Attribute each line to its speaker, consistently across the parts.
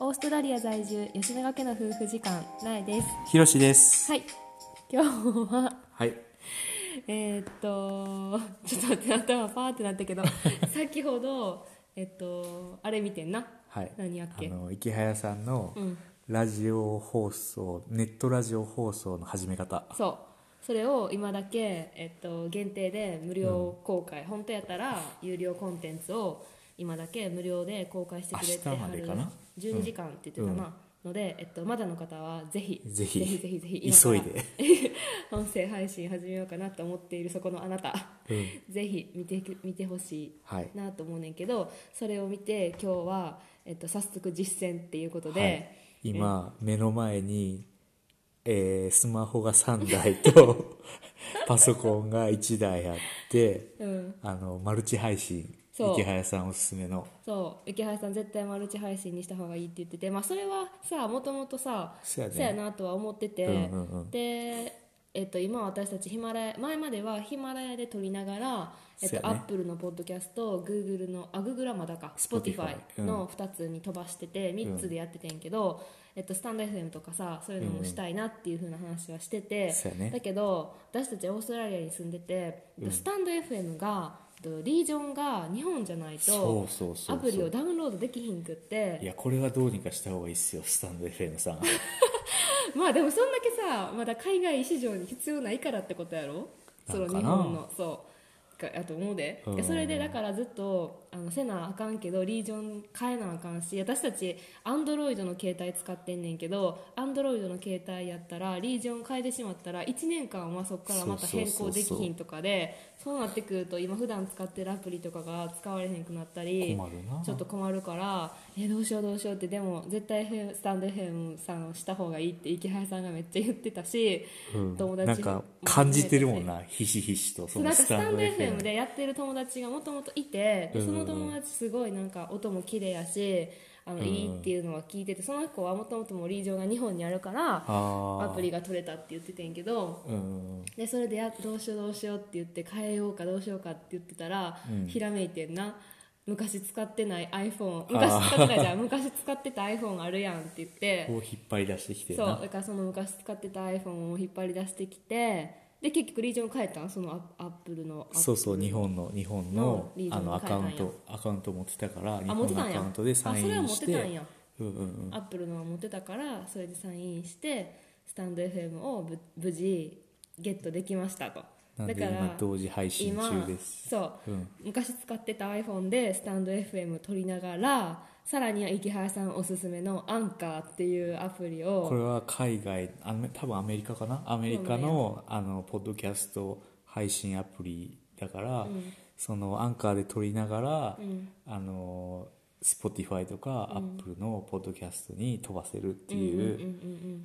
Speaker 1: オーストラリア在住吉永家の夫婦時間ないです
Speaker 2: ひろしです。
Speaker 1: はい今日は
Speaker 2: はい。
Speaker 1: えーっと ちょっと待って頭パーってなった けど先ほどえっとあれ見てんな
Speaker 2: はい。
Speaker 1: 何やっけ
Speaker 2: あの、池早さんの
Speaker 1: うん
Speaker 2: ラジオ放送、ネットラジオ放送の始め方。
Speaker 1: そうそれを今だけ、えっと、限定で無料公開、本当やったら有料コンテンツを今だけ無料で公開してくれて
Speaker 2: 明日までかな
Speaker 1: 12時間って言ってたな、ので、えっと、まだの方はぜひ
Speaker 2: ぜひ
Speaker 1: ぜひぜひぜひ
Speaker 2: 急いで。
Speaker 1: 今から音声配信始めようかなと思っているそこのあなた、
Speaker 2: うん
Speaker 1: ぜひ見てく見てほし
Speaker 2: はい
Speaker 1: いなと思うねんけど、それを見て今日は、えっと、早速実践っていうことで、
Speaker 2: はい、今、目の前に、えースマホが3台 と、パソコンが1台あって、
Speaker 1: うん
Speaker 2: あの、マルチ配信。
Speaker 1: そう
Speaker 2: 池早さんおすすめの。
Speaker 1: そう池原さん絶対マルチ配信にした方がいいって言ってて、まあ、それはさもともとさ
Speaker 2: そやね
Speaker 1: なとは思ってて、
Speaker 2: うんうんうん
Speaker 1: で、えっと、今私たちヒマラヤ前まではヒマラヤで撮りながら、えっ
Speaker 2: そ
Speaker 1: と
Speaker 2: やね
Speaker 1: アップルのポッドキャストグーグルのあグーグルはまだか
Speaker 2: Spotify
Speaker 1: Spotify の2つに飛ばしてて3つでやっててんけど、えっと、スタンド FM とかさそういうのもしたいなっていう風な話はしてて、
Speaker 2: そやね
Speaker 1: だけど私たちオーストラリアに住んでて、えっとスタンド FM がえっとリージョンが日本じゃないと
Speaker 2: そうそうそうそう
Speaker 1: アプリをダウンロードできひんくって
Speaker 2: いや、これはどうにかした方がいいっすよ、スタンド FM さん。
Speaker 1: まあでもそんだけさまだ海外市場に必要ないからってことやろその
Speaker 2: なんかな
Speaker 1: 日本のそうかやと思うで、
Speaker 2: うん
Speaker 1: でそれでだからずっとあのせなあかんけどリージョン変えなあかんし私たちアンドロイドの携帯使ってんねんけどアンドロイドの携帯やったらリージョン変えてしまったら1年間はそこからまた変更できひんとかでそうなってくると今普段使ってるアプリとかが使われへんくなったり
Speaker 2: 困るな
Speaker 1: ちょっと困るからえどうしようどうしようってでも絶対 FM スタンド FM さんをした方がいいって池原さんがめっちゃ言ってたし、
Speaker 2: うん
Speaker 1: 友達
Speaker 2: なんか、感じてるもんな、ひしひしと、そ
Speaker 1: そうなん
Speaker 2: の
Speaker 1: か
Speaker 2: ス
Speaker 1: スタ
Speaker 2: タン
Speaker 1: ン
Speaker 2: ド
Speaker 1: ド FM
Speaker 2: FM
Speaker 1: でやってる友達がもともといてで
Speaker 2: うん
Speaker 1: そ
Speaker 2: うんう
Speaker 1: の
Speaker 2: ん
Speaker 1: 友達すごいなんか音も綺麗やしあのいいっていうのは聞いててその子はもともともうリージョンが日本にあるから
Speaker 2: あー
Speaker 1: アプリが取れたって言っててんけど
Speaker 2: うん。
Speaker 1: でそれでやどうしようどうしようって言って変えようかどうしようかって言ってたら、
Speaker 2: うん
Speaker 1: ひらめいてんな昔使ってない iPhone 昔使ってないじゃん昔使ってた iPhone あるやんって言って
Speaker 2: こう引っ張り出してきてる
Speaker 1: そう
Speaker 2: な。
Speaker 1: だからその昔使ってた iPhone を引っ張り出してきてで結局リージョン変えたんそのアアップルのアップル
Speaker 2: そうそう日本の日本の
Speaker 1: のリージョ
Speaker 2: あ
Speaker 1: ン
Speaker 2: のアカウン
Speaker 1: 変え
Speaker 2: トアカウント持ってたから日
Speaker 1: 持っ
Speaker 2: 本
Speaker 1: てた
Speaker 2: の
Speaker 1: ん
Speaker 2: ア
Speaker 1: や
Speaker 2: カウントでサインし
Speaker 1: あそ
Speaker 2: て
Speaker 1: れは持ってたんや
Speaker 2: うんうんうん
Speaker 1: アップルのは持ってたからそれでサインインしてスタンド FM をぶ無事ゲットできましたと
Speaker 2: なんで
Speaker 1: だから
Speaker 2: 今同時配信中です
Speaker 1: 今そう、
Speaker 2: うん
Speaker 1: 昔使ってた iPhone でスタンド FM 撮りながらさらには池原さんおすすめのアンカーっていうアプリ
Speaker 2: これ
Speaker 1: を
Speaker 2: は海外あの多分アメリカかなアメリカのあのポッドキャスト配信アプリだから、そのアンカーで撮りながら、あの Spotify とか Apple のポッドキャストに飛ばせるっていう,、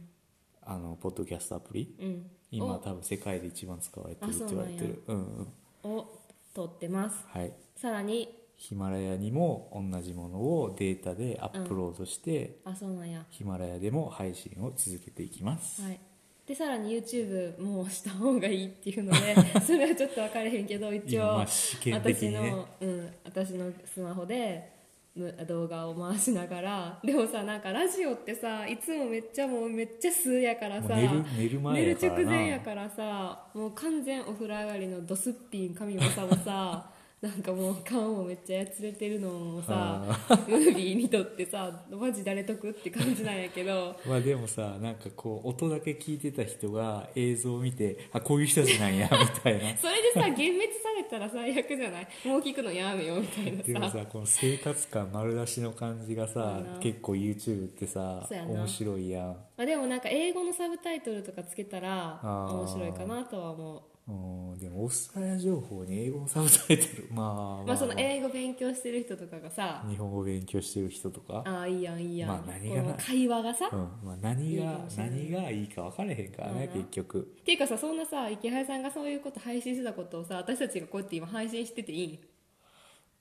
Speaker 2: あのポッドキャストアプリ、
Speaker 1: ん
Speaker 2: 今
Speaker 1: お
Speaker 2: 多分世界で一番使われてるって言われてるうんうん
Speaker 1: を撮ってます
Speaker 2: はい
Speaker 1: さらに
Speaker 2: ヒマラヤにも同じものをデータでアップロードして、
Speaker 1: あそうなんや
Speaker 2: ヒマラヤでも配信を続けていきます、
Speaker 1: はいでさらに YouTube もした方がいいっていうの でそれはちょっと分かれへんけど一
Speaker 2: 今ま
Speaker 1: 応
Speaker 2: あ試験的にね
Speaker 1: 私の、うん、私のスマホでむ動画を回しながらでもさなんかラジオってさいつもめっちゃもうめっちゃ数やからさ
Speaker 2: もう寝る寝る前やから
Speaker 1: 寝る直
Speaker 2: な
Speaker 1: 前やからさもう完全お風呂上がりのドスッピン神もさも さなんかもう顔もめっちゃやつれてるのもさムービー見とってさマジ誰得って感じなんやけど
Speaker 2: まあでもさなんかこう音だけ聞いてた人が映像を見てあこういう人たち なんやみたいな
Speaker 1: それでさ幻滅されたら最悪じゃないもう聞くのやめようみたい
Speaker 2: で
Speaker 1: な
Speaker 2: も
Speaker 1: さ
Speaker 2: さこの生活感丸出しの感じが
Speaker 1: そ
Speaker 2: さ
Speaker 1: うやな
Speaker 2: 結構 YouTube ってさ
Speaker 1: そうやな
Speaker 2: 面白いやん
Speaker 1: まあ、でもなんか英語のサブタイトルとかつけたら
Speaker 2: あー
Speaker 1: 面白いかなとは思
Speaker 2: うんでもオーストラリア情報に英語のサブタイトルまあまあ、
Speaker 1: うまあその英語勉強してる人とかがさ
Speaker 2: 日本語勉強してる人とか
Speaker 1: ああいいやんいいやん、
Speaker 2: まあ何が
Speaker 1: この会話がさ、
Speaker 2: うんまあ、何
Speaker 1: いいか
Speaker 2: が
Speaker 1: もしれない
Speaker 2: 何がいいか分からへんからね
Speaker 1: まあな
Speaker 2: 結局
Speaker 1: っていうかさそんなさ池原さんがそういうこと配信してたことをさ私たちがこうやって今配信してていいん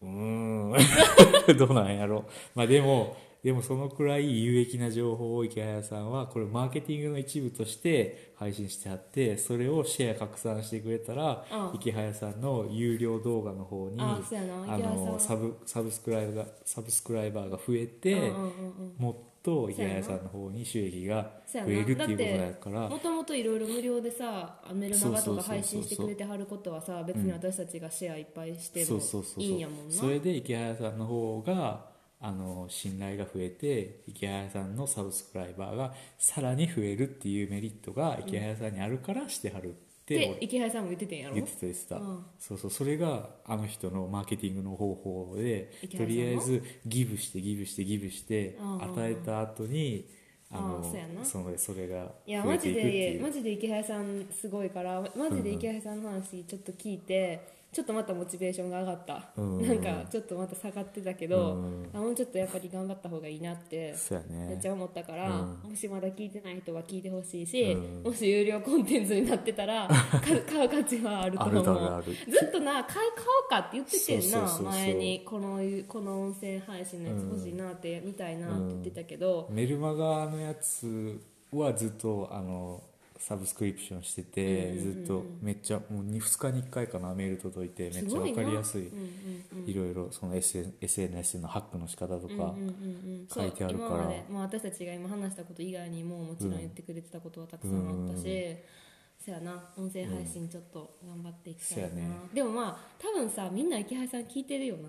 Speaker 2: うーん どうなんやろまあでもでもそのくらい有益な情報を池谷さんはこれマーケティングの一部として配信してあってそれをシェア拡散してくれたら、
Speaker 1: うん
Speaker 2: 池谷さんの有料動画の方に
Speaker 1: あそうやな
Speaker 2: あ
Speaker 1: 池谷さん
Speaker 2: のサブサブスクライバーがサブスクライバーが増えて、
Speaker 1: うんうんうんうん
Speaker 2: もっと
Speaker 1: そうや
Speaker 2: 池
Speaker 1: な
Speaker 2: 谷さんの方に収益が
Speaker 1: そう
Speaker 2: 増
Speaker 1: やな
Speaker 2: えるっていうことだから
Speaker 1: もともといろいろ無料でさメルマガと
Speaker 2: そうそうそうそ
Speaker 1: か
Speaker 2: う
Speaker 1: 配信してくれてはることはさ別に私たちがシェアいっぱいして
Speaker 2: そ
Speaker 1: も
Speaker 2: うそうそうそう
Speaker 1: いいんやもんな
Speaker 2: それで池原さんの方があの信頼が増えて池原さんのサブスクライバーがさらに増えるっていうメリットが池原さんにあるからしてはるっ
Speaker 1: で
Speaker 2: て
Speaker 1: 池原さんも言っててんや
Speaker 2: 俺
Speaker 1: ろ
Speaker 2: 言ってた言ってた、
Speaker 1: うん
Speaker 2: そうそうそれがあの人のマーケティングの方法で
Speaker 1: 池
Speaker 2: と
Speaker 1: 原さんの
Speaker 2: りあえずギブしてギブしてギブして
Speaker 1: うんうんうん
Speaker 2: 与えた後に
Speaker 1: あー
Speaker 2: あの
Speaker 1: そうやな
Speaker 2: そのそれが
Speaker 1: いや
Speaker 2: 増え
Speaker 1: マ
Speaker 2: て
Speaker 1: ジ
Speaker 2: いくって
Speaker 1: で
Speaker 2: いう
Speaker 1: マジで池原さんすごいからマジで池原さんの話ちょっと聞いて、ちょっとまたモチベーションが上がった、
Speaker 2: うんうん
Speaker 1: なんかちょっとまた下がってたけど、
Speaker 2: うんうん
Speaker 1: あもうちょっとやっぱり頑張った方がいいなって
Speaker 2: そうや
Speaker 1: めっ
Speaker 2: ね
Speaker 1: ちゃ思ったから、
Speaker 2: う
Speaker 1: もしまだ聞いてない人は聞いてほしいし、
Speaker 2: うん
Speaker 1: もし有料コンテンツになってた らか買う価値はあると思
Speaker 2: あるある
Speaker 1: う
Speaker 2: ある
Speaker 1: ずっとな買い買おうかって言っててんな
Speaker 2: そうそうそうそう
Speaker 1: 前にこのこの音声配信のやつ欲しいなって、みたいなって言ってたけど、
Speaker 2: メルマガのやつはずっとあのサブスクリプションしてて、
Speaker 1: うんうんうんうん
Speaker 2: ずっとめっちゃもう 2, 日に1回かなメール届いてめっちゃ分かりやすい
Speaker 1: ごなうんうんうん
Speaker 2: いろいろその SN SNS のハックの仕方とか、
Speaker 1: うんうんうんうん
Speaker 2: 書いてあるから
Speaker 1: そう今まで、まあ、私たちが今話したこと以外にももちろん言ってくれてたことはたくさんあったし、そやな音声配信ちょっと頑張っていきたいな、
Speaker 2: うんそやね
Speaker 1: でもまあ多分さみんな池原さん聞いてるよな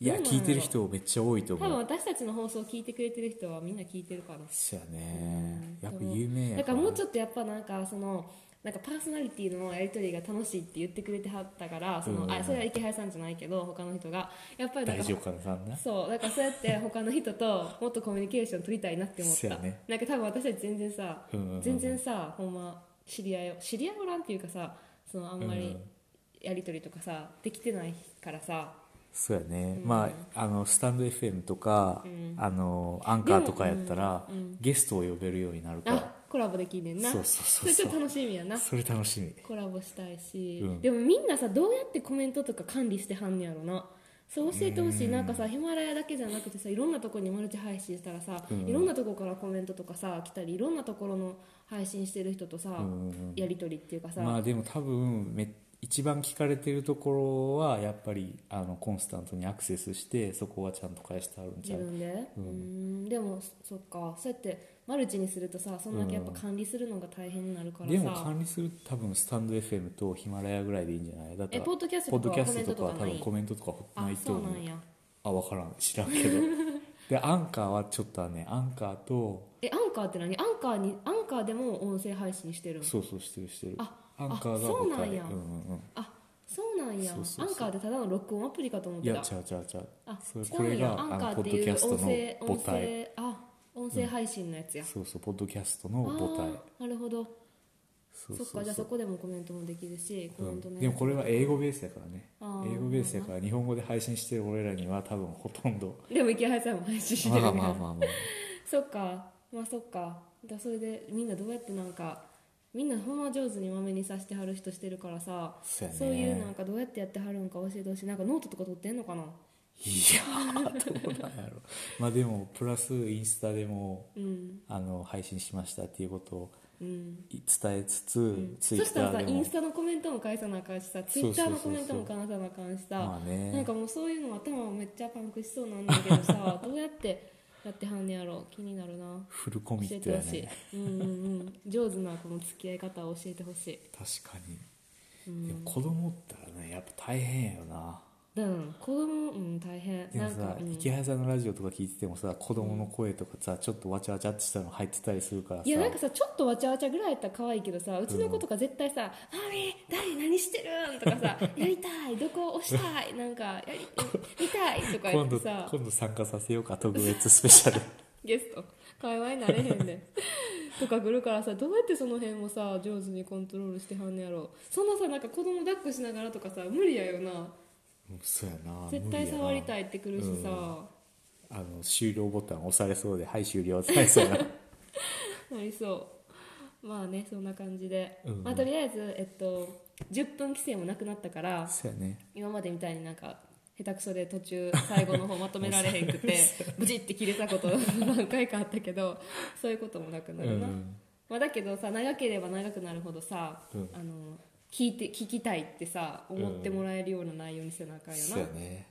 Speaker 1: い
Speaker 2: や
Speaker 1: どうなんやろ
Speaker 2: 聞いてる人めっちゃ多いと
Speaker 1: 多分
Speaker 2: 思う
Speaker 1: 私たちの放送聞いてくれてる人はみんな聞いてるから
Speaker 2: そうやねやっぱ
Speaker 1: でも
Speaker 2: 有名や
Speaker 1: だからもうち
Speaker 2: ょっ
Speaker 1: ょっとやっぱなんかそのなんかパーソナリティのやり取りが楽しいって言ってくれてはったからその、
Speaker 2: うん
Speaker 1: あそれは池原さんじゃないけど他の人がやっぱりなん
Speaker 2: 大
Speaker 1: か
Speaker 2: 丈夫かなさんな
Speaker 1: そうだからそうやって他の人ともっとコミュニケーション取りたいなって思っ
Speaker 2: そ
Speaker 1: た、
Speaker 2: うやね
Speaker 1: なんか多分私たち全然さ、
Speaker 2: うんうんうん
Speaker 1: 全然さほんま知り合いを知り合いおらんっていうかさそのあんま
Speaker 2: うんう
Speaker 1: り
Speaker 2: ん
Speaker 1: やり取りとかさできてないからさ
Speaker 2: そうやね、まああのスタンド FM とか、あのアンカーとかやったら、ゲストを呼べるようになるから
Speaker 1: あコラボできんねんな
Speaker 2: そうそうそうそう
Speaker 1: れちょっと楽しみやな
Speaker 2: それ楽しみ
Speaker 1: コラボしたいし、
Speaker 2: うん
Speaker 1: でもみんなさどうやってコメントとか管理してはんねやろなそう教えてほしいなんかさヒマラヤだけじゃなくてさいろんなとこにマルチ配信したらさ、いろんなとこからコメントとかさ来たりいろんなところの配信してる人とさ、やり取りっていうかさ、
Speaker 2: まあでも多分め一番聞かれてるところはやっぱりあのコンスタントにアクセスしてそこはちゃんと返してあるん
Speaker 1: 自
Speaker 2: ちゃう
Speaker 1: 分でうんでもそっかそうやってマルチにするとさそんだけやっぱ管理するのが大変になるからさ、
Speaker 2: でも管理する多分スタンド FM とヒマラヤぐらいでいいんじゃないだって
Speaker 1: えポッドキャストとかは
Speaker 2: ポッドキャストとかは多分コメントとかな
Speaker 1: あ
Speaker 2: いと
Speaker 1: そう
Speaker 2: 思
Speaker 1: な
Speaker 2: うん
Speaker 1: や
Speaker 2: あ分からん知らんけどでアンカーはちょっとねアンカーと
Speaker 1: えアンカーって何アンカーにアンカーでも音声配信してるん
Speaker 2: そうそうしてるしてる
Speaker 1: あ
Speaker 2: アンカーが
Speaker 1: あそう
Speaker 2: 5
Speaker 1: なん
Speaker 2: 回
Speaker 1: や
Speaker 2: うんうん
Speaker 1: あそうなんや
Speaker 2: そうそうそう
Speaker 1: アンカーってただの録音アプリかと思っ
Speaker 2: い
Speaker 1: て
Speaker 2: や
Speaker 1: た
Speaker 2: 違う違う違う
Speaker 1: あ
Speaker 2: それ
Speaker 1: 違
Speaker 2: こ
Speaker 1: う
Speaker 2: れ
Speaker 1: んや
Speaker 2: が
Speaker 1: ア
Speaker 2: あ
Speaker 1: ンカ
Speaker 2: の
Speaker 1: ー
Speaker 2: ポ
Speaker 1: って
Speaker 2: ッドキ
Speaker 1: いう
Speaker 2: ャスト
Speaker 1: 音声
Speaker 2: の
Speaker 1: 音
Speaker 2: 母体
Speaker 1: 声あ音声配信のやつや、
Speaker 2: そうそうポッドキャストの
Speaker 1: あ
Speaker 2: 母体
Speaker 1: ーなるほど
Speaker 2: そう
Speaker 1: そっかじゃあそこでもコメントもできるしコメント
Speaker 2: うん
Speaker 1: ね
Speaker 2: でもこれは英語ベースやからね
Speaker 1: あー
Speaker 2: 英語ベースやから日本語で配信してる俺らには多分ほとんど
Speaker 1: でも池原さんも配信して
Speaker 2: ま
Speaker 1: る
Speaker 2: あ
Speaker 1: か
Speaker 2: ま
Speaker 1: ら
Speaker 2: あまあまあ、
Speaker 1: そっかまあそっかだそれでみんなどうやってなんかみんなほんま上手にまめにさしてはる人してるからさ
Speaker 2: そうやね
Speaker 1: そういうなんかどうやってやってはるんか教えてほしいなんかノートとか取ってんのかない
Speaker 2: やーどうなんやろまあでもプラスインスタでも
Speaker 1: うん
Speaker 2: あの配信しましたっていうことを
Speaker 1: うん
Speaker 2: 伝えつつ、ツイ
Speaker 1: そ
Speaker 2: ッ
Speaker 1: した
Speaker 2: タ
Speaker 1: らさ
Speaker 2: ーで
Speaker 1: イン
Speaker 2: も
Speaker 1: スタのコメントも返さなあかんしさツイッターのコメントも返さなあかんしさ
Speaker 2: まあね
Speaker 1: なんかもうそういうの頭めっちゃパンクしそうなんだけど さどうやってやってはんねやろ気になるな
Speaker 2: フルコミ
Speaker 1: 教え
Speaker 2: ット
Speaker 1: て
Speaker 2: や
Speaker 1: ほし
Speaker 2: ね
Speaker 1: い、うんうんうん、上手なこの付き合い方を教えてほしい
Speaker 2: 確かにでも子供おったらねやっぱ大変やよな
Speaker 1: うん子供うん大変
Speaker 2: で
Speaker 1: な
Speaker 2: も
Speaker 1: ん
Speaker 2: さ
Speaker 1: か、うん
Speaker 2: 池原さんのラジオとか聞いててもさ子供の声とかさちょっとわちゃわちゃってしたの入ってたりするからさ
Speaker 1: いやなんかさちょっとわちゃわちゃぐらいやったら可愛いけどさうちの子とか絶対さ「マミー誰何してるん?」とかさ「やりたいどこ押したいなんかやり見たい」とか言
Speaker 2: 今
Speaker 1: って
Speaker 2: 度
Speaker 1: さ
Speaker 2: 今度参加させようか特別スペシャ ル
Speaker 1: ゲスト会話になれへん でとか来るからさどうやってその辺もさ上手にコントロールしてはんねやろそんなさなんか子供抱っこしながらとかさ無理やよな
Speaker 2: うんそうやな
Speaker 1: 絶対触りたい
Speaker 2: い
Speaker 1: ってくるしさ、
Speaker 2: あの終了ボタン押されそうで「はい終了」ってなりそうな
Speaker 1: なりそうまあねそんな感じで、
Speaker 2: うん
Speaker 1: まあ、とりあえず、えっと、10分規制もなくなったから
Speaker 2: そうやね
Speaker 1: 今までみたいになんか下手くそで途中最後の方まとめられへん くてブチって切れたこと何回かあったけどそういうこともなくなるな、
Speaker 2: うん
Speaker 1: まあ、だけどさ長ければ長くなるほどさ、
Speaker 2: うん
Speaker 1: あの聞いて聞きたいってさ思ってもらえるような内容にせなあかんよな、
Speaker 2: そうやね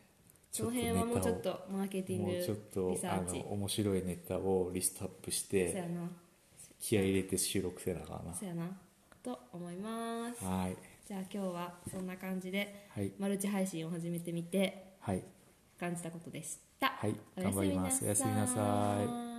Speaker 1: その辺はもうちょっとマーケティン
Speaker 2: も
Speaker 1: グ
Speaker 2: う
Speaker 1: リ
Speaker 2: ちょっと
Speaker 1: サ
Speaker 2: あ
Speaker 1: ー
Speaker 2: の
Speaker 1: チ
Speaker 2: 面白いネタをリストアップし
Speaker 1: そうや
Speaker 2: て
Speaker 1: な
Speaker 2: 気合い入れて収録せなあかん
Speaker 1: そうやなと思います
Speaker 2: なはい
Speaker 1: じゃあ今日はそんな感じで
Speaker 2: はい
Speaker 1: マルチ配信を始めてみて
Speaker 2: はい
Speaker 1: 感じたことでした
Speaker 2: はい
Speaker 1: おやす
Speaker 2: 頑張り
Speaker 1: みな
Speaker 2: ま
Speaker 1: さ
Speaker 2: す
Speaker 1: い
Speaker 2: おやすみなさい